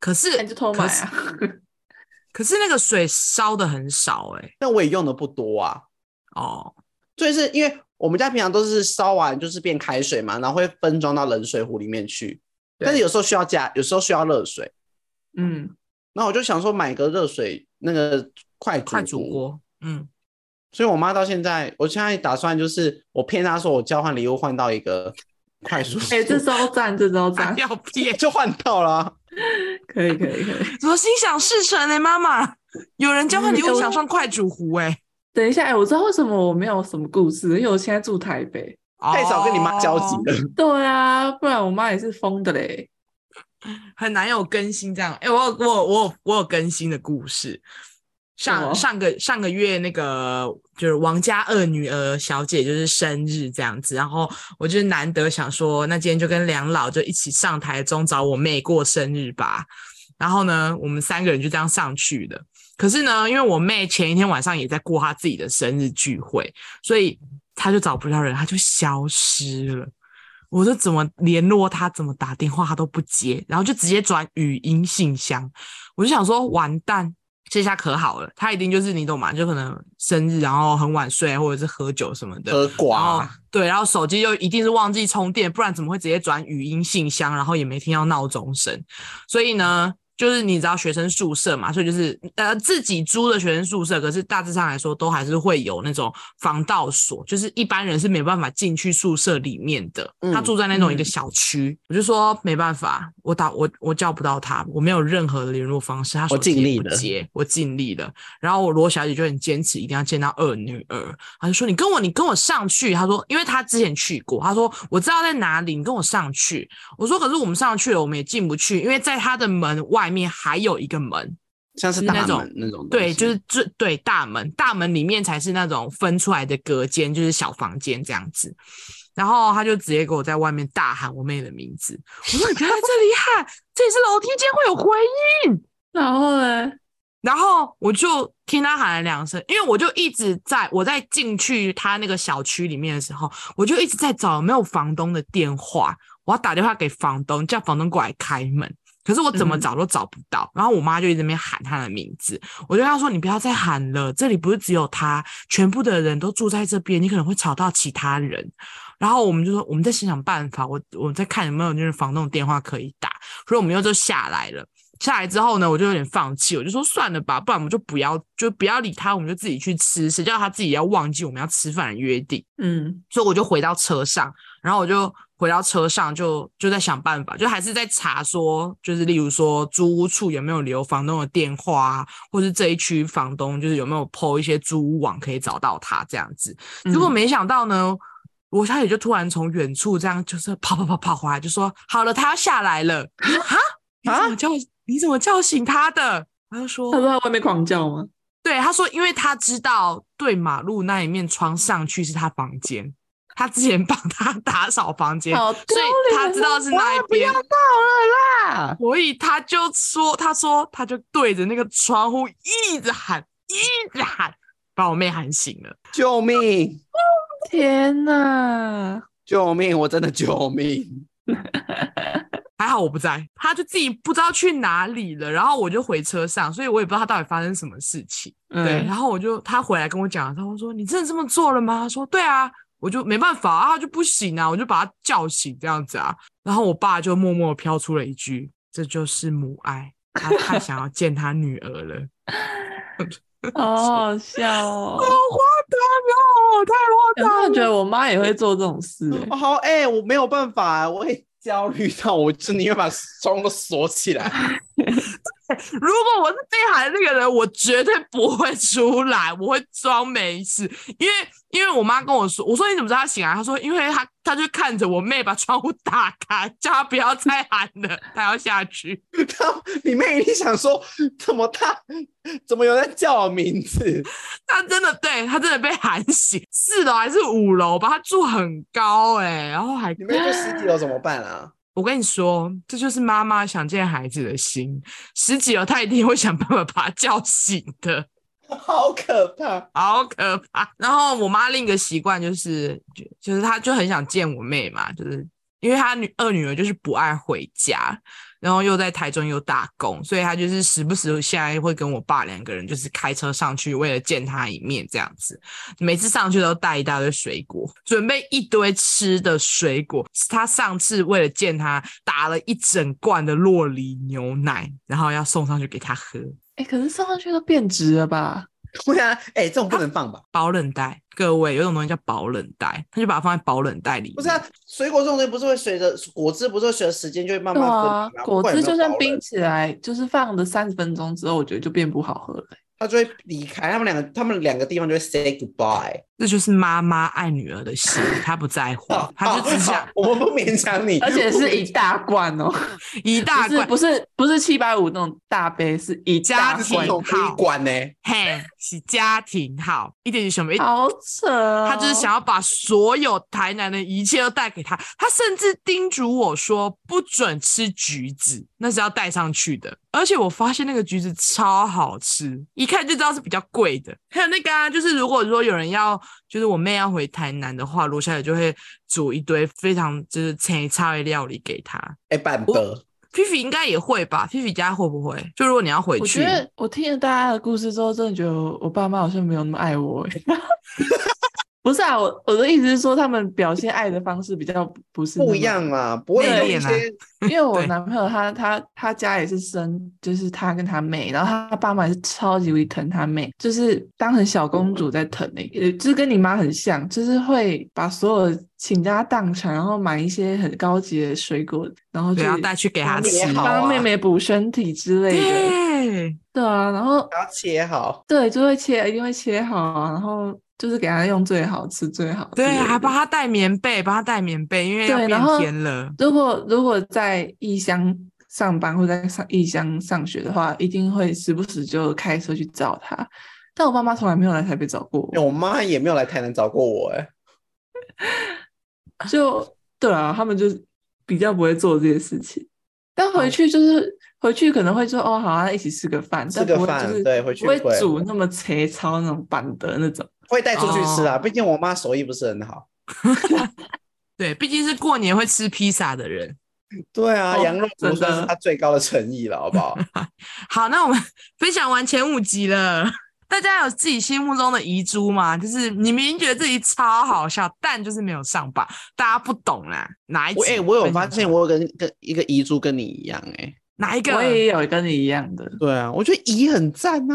可那是 你就偷买啊！可是那个水烧的很少哎、但我也用的不多啊。哦，就是因为我们家平常都是烧完就是变开水嘛，然后会分装到冷水壶里面去，对但是有时候需要加，有时候需要热水。嗯，，那我就想说买个热水那个快煮快煮壶，锅，嗯，所以我妈到现在，我现在打算就是我骗她说我交换礼物换到一个快速哎、这招赞，这招还赞，要变，就换到了啊、 可以可以可以。怎么心想事成哎、妈妈，有人交换嗯礼物想上快煮壶哎、等一下，哎、我知道为什么我没有什么故事，因为我现在住台北。啊太少跟你妈交集哦了。对啊，不然我妈也是疯的嘞。很难有更新这样。哎、我有我有我有我有更新的故事。什上么上个上个月那个就是王家二女儿小姐就是生日这样子，然后我就是难得想说，那今天就跟梁老就一起上台中找我妹过生日吧。然后呢，我们三个人就这样上去的。可是呢，因为我妹前一天晚上也在过她自己的生日聚会，所以她就找不到人，她就消失了。我就怎么联络她，怎么打电话她都不接，然后就直接转语音信箱。我就想说，完蛋，这下可好了，她一定就是你懂吗？就可能生日，然后很晚睡，或者是喝酒什么的，喝然后瓜，对，然后手机就一定是忘记充电，不然怎么会直接转语音信箱，然后也没听到闹钟声。所以呢，就是你知道学生宿舍嘛，所以就是呃自己租的学生宿舍，可是大致上来说都还是会有那种防盗锁，就是一般人是没办法进去宿舍里面的。嗯他住在那种一个嗯小区，我就说没办法，我打我我叫不到他，我没有任何的联络方式，他手我尽机也力不了接，我尽力了。然后我罗小姐就很坚持，一定要见到二女儿。他就说：“你跟我，你跟我上去。”他说：“因为他之前去过，他说我知道在哪里，你跟我上去。”我说：“可是我们上去了，我们也进不去，因为在他的门外面还有一个门，像是是那大种门那种东西，对，就是最对大门，大门里面才是那种分出来的隔间，就是小房间这样子。”然后他就直接给我在外面大喊我妹的名字。我说：“你不要在这里喊，这里是楼梯间会有回音。”然后呢？然后我就听他喊了两声，因为我就一直在我在进去他那个小区里面的时候，我就一直在找有没有房东的电话，我要打电话给房东，叫房东过来开门。可是我怎么嗯找都找不到，然后我妈就一直在那边喊他的名字，我就跟她说：“你不要再喊了，这里不是只有他，全部的人都住在这边，你可能会吵到其他人。”然后我们就说：“我们在想想办法，我我们在看有没有就是房东的电话可以打。”所以我们又就下来了。下来之后呢，我就有点放弃，我就说算了吧，不然我们就不要就不要理他，我们就自己去吃。谁叫他自己要忘记我们要吃饭的约定，嗯，所以我就回到车上，然后我就回到车上就就在想办法，就还是在查说，就是例如说租屋处有没有留房东的电话啊，或是这一区房东就是有没有 PO 一些租屋网可以找到他这样子。结果嗯没想到呢，罗小姐就突然从远处这样就是跑跑跑跑回来，就说：“好了，她要下来了。”哈，你怎么叫你怎么叫醒她的？她就她说说她外面狂叫吗？：“对，她说，因为她知道对马路那一面窗上去是她房间，她之前帮她打扫房间，好所丢以她脸知道啊是那一不边要。”到了啦，所以他就说，他说他就对着那个窗户一直喊，一直喊，把我妹喊醒了。救命！天哪！救命！我真的救命！还好我不在，他就自己不知道去哪里了，然后我就回车上，所以我也不知道他到底发生什么事情。对，嗯然后我就他回来跟我讲，他说你真的这么做了吗？他说对啊，我就没办法啊，他就不行啊，我就把他叫醒这样子啊。然后我爸就默默地飘出了一句：“这就是母爱，他太想要见他女儿了。” 好哦好笑哦。好哎我荒唐哦，太荒真的觉得我妈也会做这种事、哎我好哎、我没有办法，我也焦虑到，我就宁愿把窗都锁起来。 如果我是被喊的那个人，我绝对不会出来，我会装没事。因为因为我妈跟我说，我说你怎么知道她醒来？她说因为她她就看着我妹把窗户打开，叫她不要再喊了，她要下去。他你妹一定想说，怎么他怎么有人叫我名字？她真的对她真的被喊醒，四楼还是五楼吧？她住很高哎、然后还你妹就十几楼怎么办啊？ 我跟你说，这就是妈妈想见孩子的心。十几楼她一定会想办法把她叫醒的。好可怕！好可怕。然后我妈另一个习惯就是，就就是她就很想见我妹嘛，就是因为她女二女儿就是不爱回家，然后又在台中有打工，所以他就是时不时现在会跟我爸两个人就是开车上去，为了见他一面这样子。每次上去都带一大堆水果，准备一堆吃的水果。他上次为了见他，打了一整罐的洛梨牛奶，然后要送上去给他喝。哎、可是送上去都变质了吧？对啊，哎、这种不能放吧？保冷袋，各位有种东西叫保冷袋，他就把它放在保冷袋里面。不是啊，水果这种东西不是会随着果汁，不是会随着时间就会慢对慢分啊离吗？，不果管有汁没有就算保冰冷，起来，就是放了三十分钟之后，我觉得就变不好喝了。欸 它就会离开。他们两个，他们两个地方就会 say goodbye。这就是妈妈爱女儿的心，她不在 乎，哦她就只想哦我们不勉强你，而且是一大罐 哦，一大不是罐。不是不是七百五那种大杯，是一大家是庭罐一，种可以管呢、嘿，是家庭号，一点是什么？一好扯、哦。他就是想要把所有台南的一切都带给他，他甚至叮嘱我说不准吃橘子，那是要带上去的。而且我发现那个橘子超好吃，一看就知道是比较贵的。还有那个啊，就是如果说有人要，就是我妹要回台南的话，罗小姐就会煮一堆非常就是青菜的料理给她。哎、板的，菲菲应该也会吧？菲菲家会不会？就如果你要回我去觉，得我听了大家的故事之后，真的觉得我爸妈好像没有那么爱我欸。 不是啊，我我的意思是说，他们表现爱的方式比较不是那不么一样啊，不会用一内些因为我对男朋友他他他家也是生，就是他跟他妹，然后他爸妈也是超级无敌疼他妹，就是当成小公主在疼诶、欸，就是跟你妈很像，就是会把所有倾家荡产，然后买一些很高级的水果，然后就对，要带去给她妹吃哦妹。好啊帮妹妹补身体之类的。对，对啊，然后把它切好。对，就会切，一定会切好啊，然后就是给他用最好吃最好之对，类还的帮她带棉被，帮她带棉被，因为要对，然变后天了。如果如果在异乡上班或在上异乡上学的话，一定会时不时就开车去找他。但我爸妈从来没有来台北找过哎我，我妈也没有来台南找过我、哎，就对啊，他们就是比较不会做这些事情。但回去就是回去可能会说哦，好啊，一起吃个饭，吃但个不会饭就是对回去不会会煮那么切超那种板的那种。会带出去吃哦啊，毕竟我妈手艺不是很好。对，毕竟是过年会吃披萨的人。对啊，哦羊肉炉真算是的她最高的诚意了，好不 好？好，那我们 分享完前五集了， 大家有自己心目中的遗珠吗？就是你明明觉得自己超好笑，但就是没有上榜，大家不懂啦。哪一集我分哎、享一下？我有发现，我有跟跟一个遗珠跟你一样哎、哪一个我也有跟你一样的，对啊，我觉得姨很赞啊。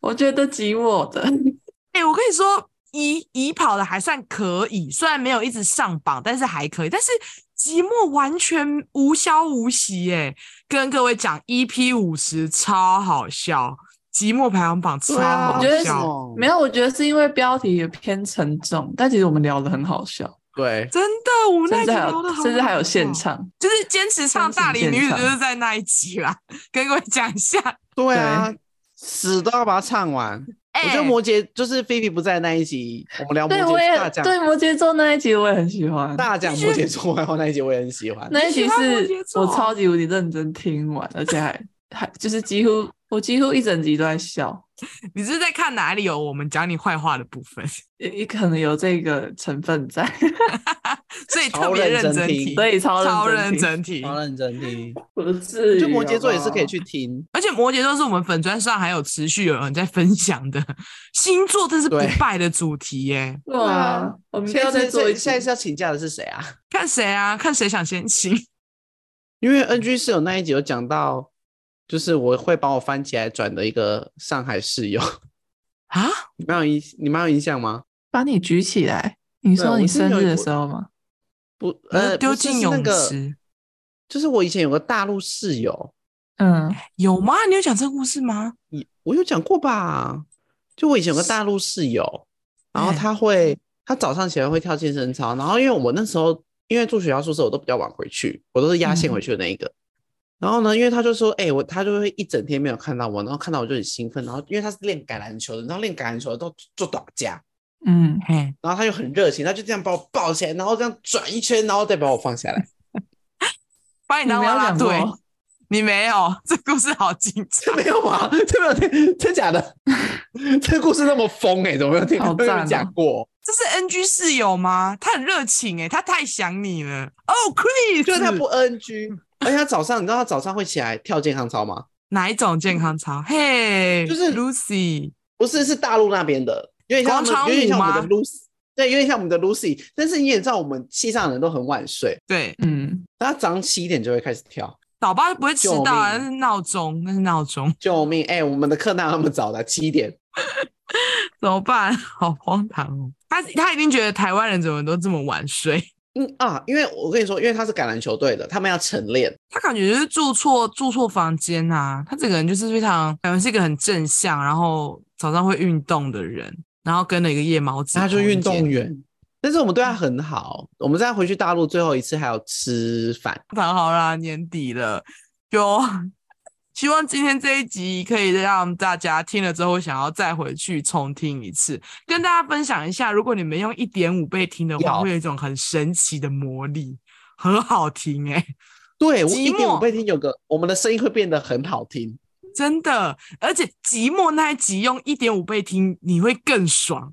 我觉得挤我的。 哎、我跟你说，乙乙跑的还算可以，虽然没有一直上榜，但是还可以。但是即墨完全无消无息、欸，跟各位讲，EP 五十超好笑，即墨排行榜超对啊，好我觉得是笑，没有，我觉得是因为标题也偏沉重，但其实我们聊的很好笑，对，真的，我们那 甚一至集还聊得好有甚至还有好现哦场，就是坚持唱真大龄情女现子，就场是在那一集啦，跟各位讲一下。对啊，死都要把它唱完。我觉得哎摩羯就是菲菲不在那一集，我们聊摩对我羯大也讲对摩羯座那一集我也很喜欢，大讲摩羯座，然后那一集我也很喜欢。那一你集喜欢摩是羯座我超级无敌认真听完，而且还还就是几乎我几乎一整集都在笑，你是在看哪里有我们讲你坏话的部分？也也可能有这个成分在， 所以特超别认认真真听听，所以超超认认真真听，听。认真听，不是就摩羯座也是可以去听。而且摩羯座是我们粉砖上还有持续有人在分享的星座，这是不对败的主题耶。对啊，我们不下要一次再做一最集下一次要请假的是谁啊？ 看谁啊？看谁想先请？因为 NG 室友那一集有讲到，就是我会把我翻起来转的一个上海室友， 啊？你们有印你们有印象吗？把你举起来，你对说我你之前生有日一的部时候吗？不，你说呃，丢不是进是泳那个池就是我以前有个大陆室友，嗯，有吗？你有讲这个故事吗？你我有讲过吧？就我以前有个大陆室友，然后哎他会，他早上起来会跳健身操，然后因为我那时候因为住学校宿舍，我都比较晚回去，我都是压嗯线回去的那一个。然后呢，因为他就说，哎、我他就会一整天没有看到我，然后看到我就很兴奋，然后因为他是练橄榄球的，然后练橄榄球的都做打架，嗯，嘿，然后他又很热情，他就这样把我抱起来，然后这样转一圈，然后再把我放下来。 把你当没啦有啦讲队过？ 你没有？这故事好精彩 这。没有吗？ 这没有听，真假的？ 这故事那么疯哎、怎么没有听？好没有赞人哦讲过。这是 NG 室友吗？他很热情诶、他太想你了。哦、c h r i s 就是他不 NG，而且他早上，你知道他早上会起来跳健康操吗？哪一种健康操？嘿，就是 Lucy，不是，是大陆那边的，有点像广我场们有点像我们舞的 Lucy，对，有点像我们的 Lucy。但是你也知道，我们系上的人都很晚睡，对，嗯，他早上七点就会开始跳。早八就不会迟到啊，那救命是闹钟，那是闹钟，救命！哎、我们的课哪有那么早的？七点，怎么办？ 好荒唐哦！他他一定觉得台湾人怎么都这么晚睡，嗯啊，因为我跟你说，因为他是橄榄球队的，他们要晨练，他感觉就是住错住错房间啊，他整个人就是非常感觉是一个很正向，然后早上会运动的人，然后跟了一个夜猫子，他就运动，员。但是我们对他很好，我们再回去大陆最后一次还有吃饭，谈好啦，年底了，就希望今天这一集可以让大家听了之后想要再回去重听一次，跟大家分享一下，如果你们用一点五倍听的话，有会有一种很神奇的魔力，很好听哎、对我寂一点五寞倍听有个，我们的声音会变得很好听，真的，而且寂寞那一集用一点五倍听，你会更爽。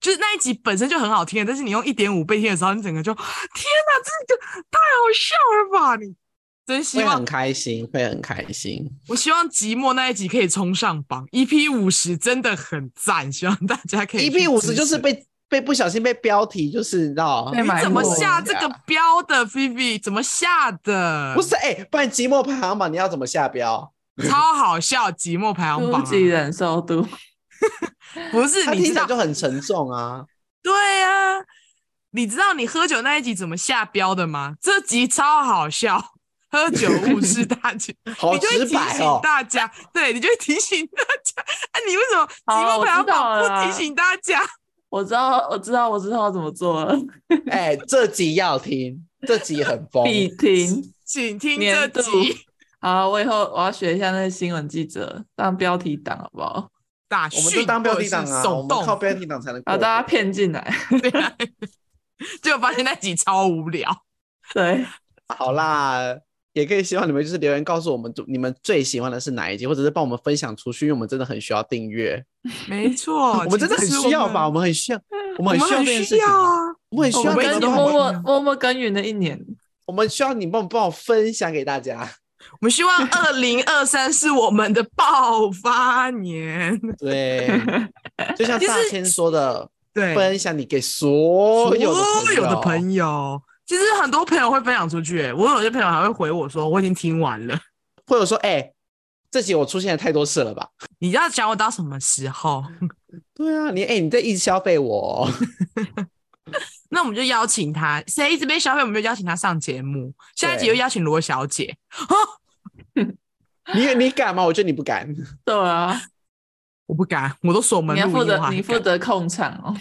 就是那一集本身就很好听了，但是你用一点五倍听的时候，你整个就天哪，这个太好笑了吧！你真希会望很开心，会很开心。我希望寂寞那一集可以冲上榜，EP 五十真的很赞，希望大家可以 EP E 五十去支持就是被被不小心被标题，就是你知道被埋怎么没下这个标的菲菲怎么下的？不是哎、不然寂寞排行榜你要怎么下标？超好笑，寂寞排行榜初啊、级忍受度， 不是它你听知起来道就很沉重 啊。对啊，你知道你喝酒那一集怎么下标的吗？这集超好笑，喝酒误事大吉， 好你就会直提白醒哦。大家，对，你就会提醒大家，哎、你为什么好寂寞排行我知道了榜啦不提醒大家？我知道，我知道，我知道要怎么做了，哎、这集要听，这集很疯。必听。请听这年度集好，我以后我要学一下那个新闻记者当标题党，好不好？打我们讯就当标或者题是党啊，我手们靠动，标题党才能把过。大家骗进来。对啊，就发现那集超无聊。 对，好啦，也可以希望你们就是留言告诉我们，你们最喜欢的是哪一集，或者是帮我们分享出去，因为我们真的很需要订阅，没错， 我们真的请很支持需要吧？我们们很需要，我哦我们很需要很这件需事情要啊，啊！我们很需我要们你一们直都哦跟帮很默我们，默默默耕耘了一年，我们需要你帮我帮我分享给大家。我们希望二零二三是我们的爆发年，对， 就像其大实千说的，对，分享你给所有的所朋有友的朋友。其实很多朋友会分享出去、欸我有些朋友还会回我说我已经听完了。 或者说，哎、这集我出现的太多次了吧？你要讲我到什么时候？ 对啊，你哎、你在一直消费我哦， 那我们就邀请他，谁一直被消费，我们就邀请他上节目。下一集对又邀请罗小姐，你你敢吗？我觉得你不敢。 对啊，我不敢，我都锁门你要录负音的责话，你负责控场 哦。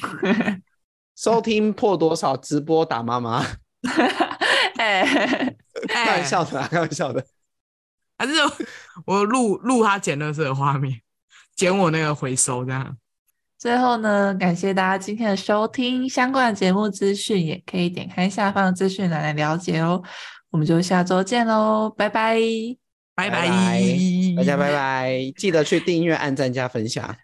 收听破多少直播打妈妈？哎，哎开玩笑的啦，开玩笑的。还是我录录他捡垃圾的画面，捡我那个回收这样。最后呢，感谢大家今天的收听，相关的节目资讯也可以点开下方的资讯栏来了解哦。我们就下周见喽，拜拜。拜拜拜 拜，大家拜拜，记得去订阅、按赞、加分享。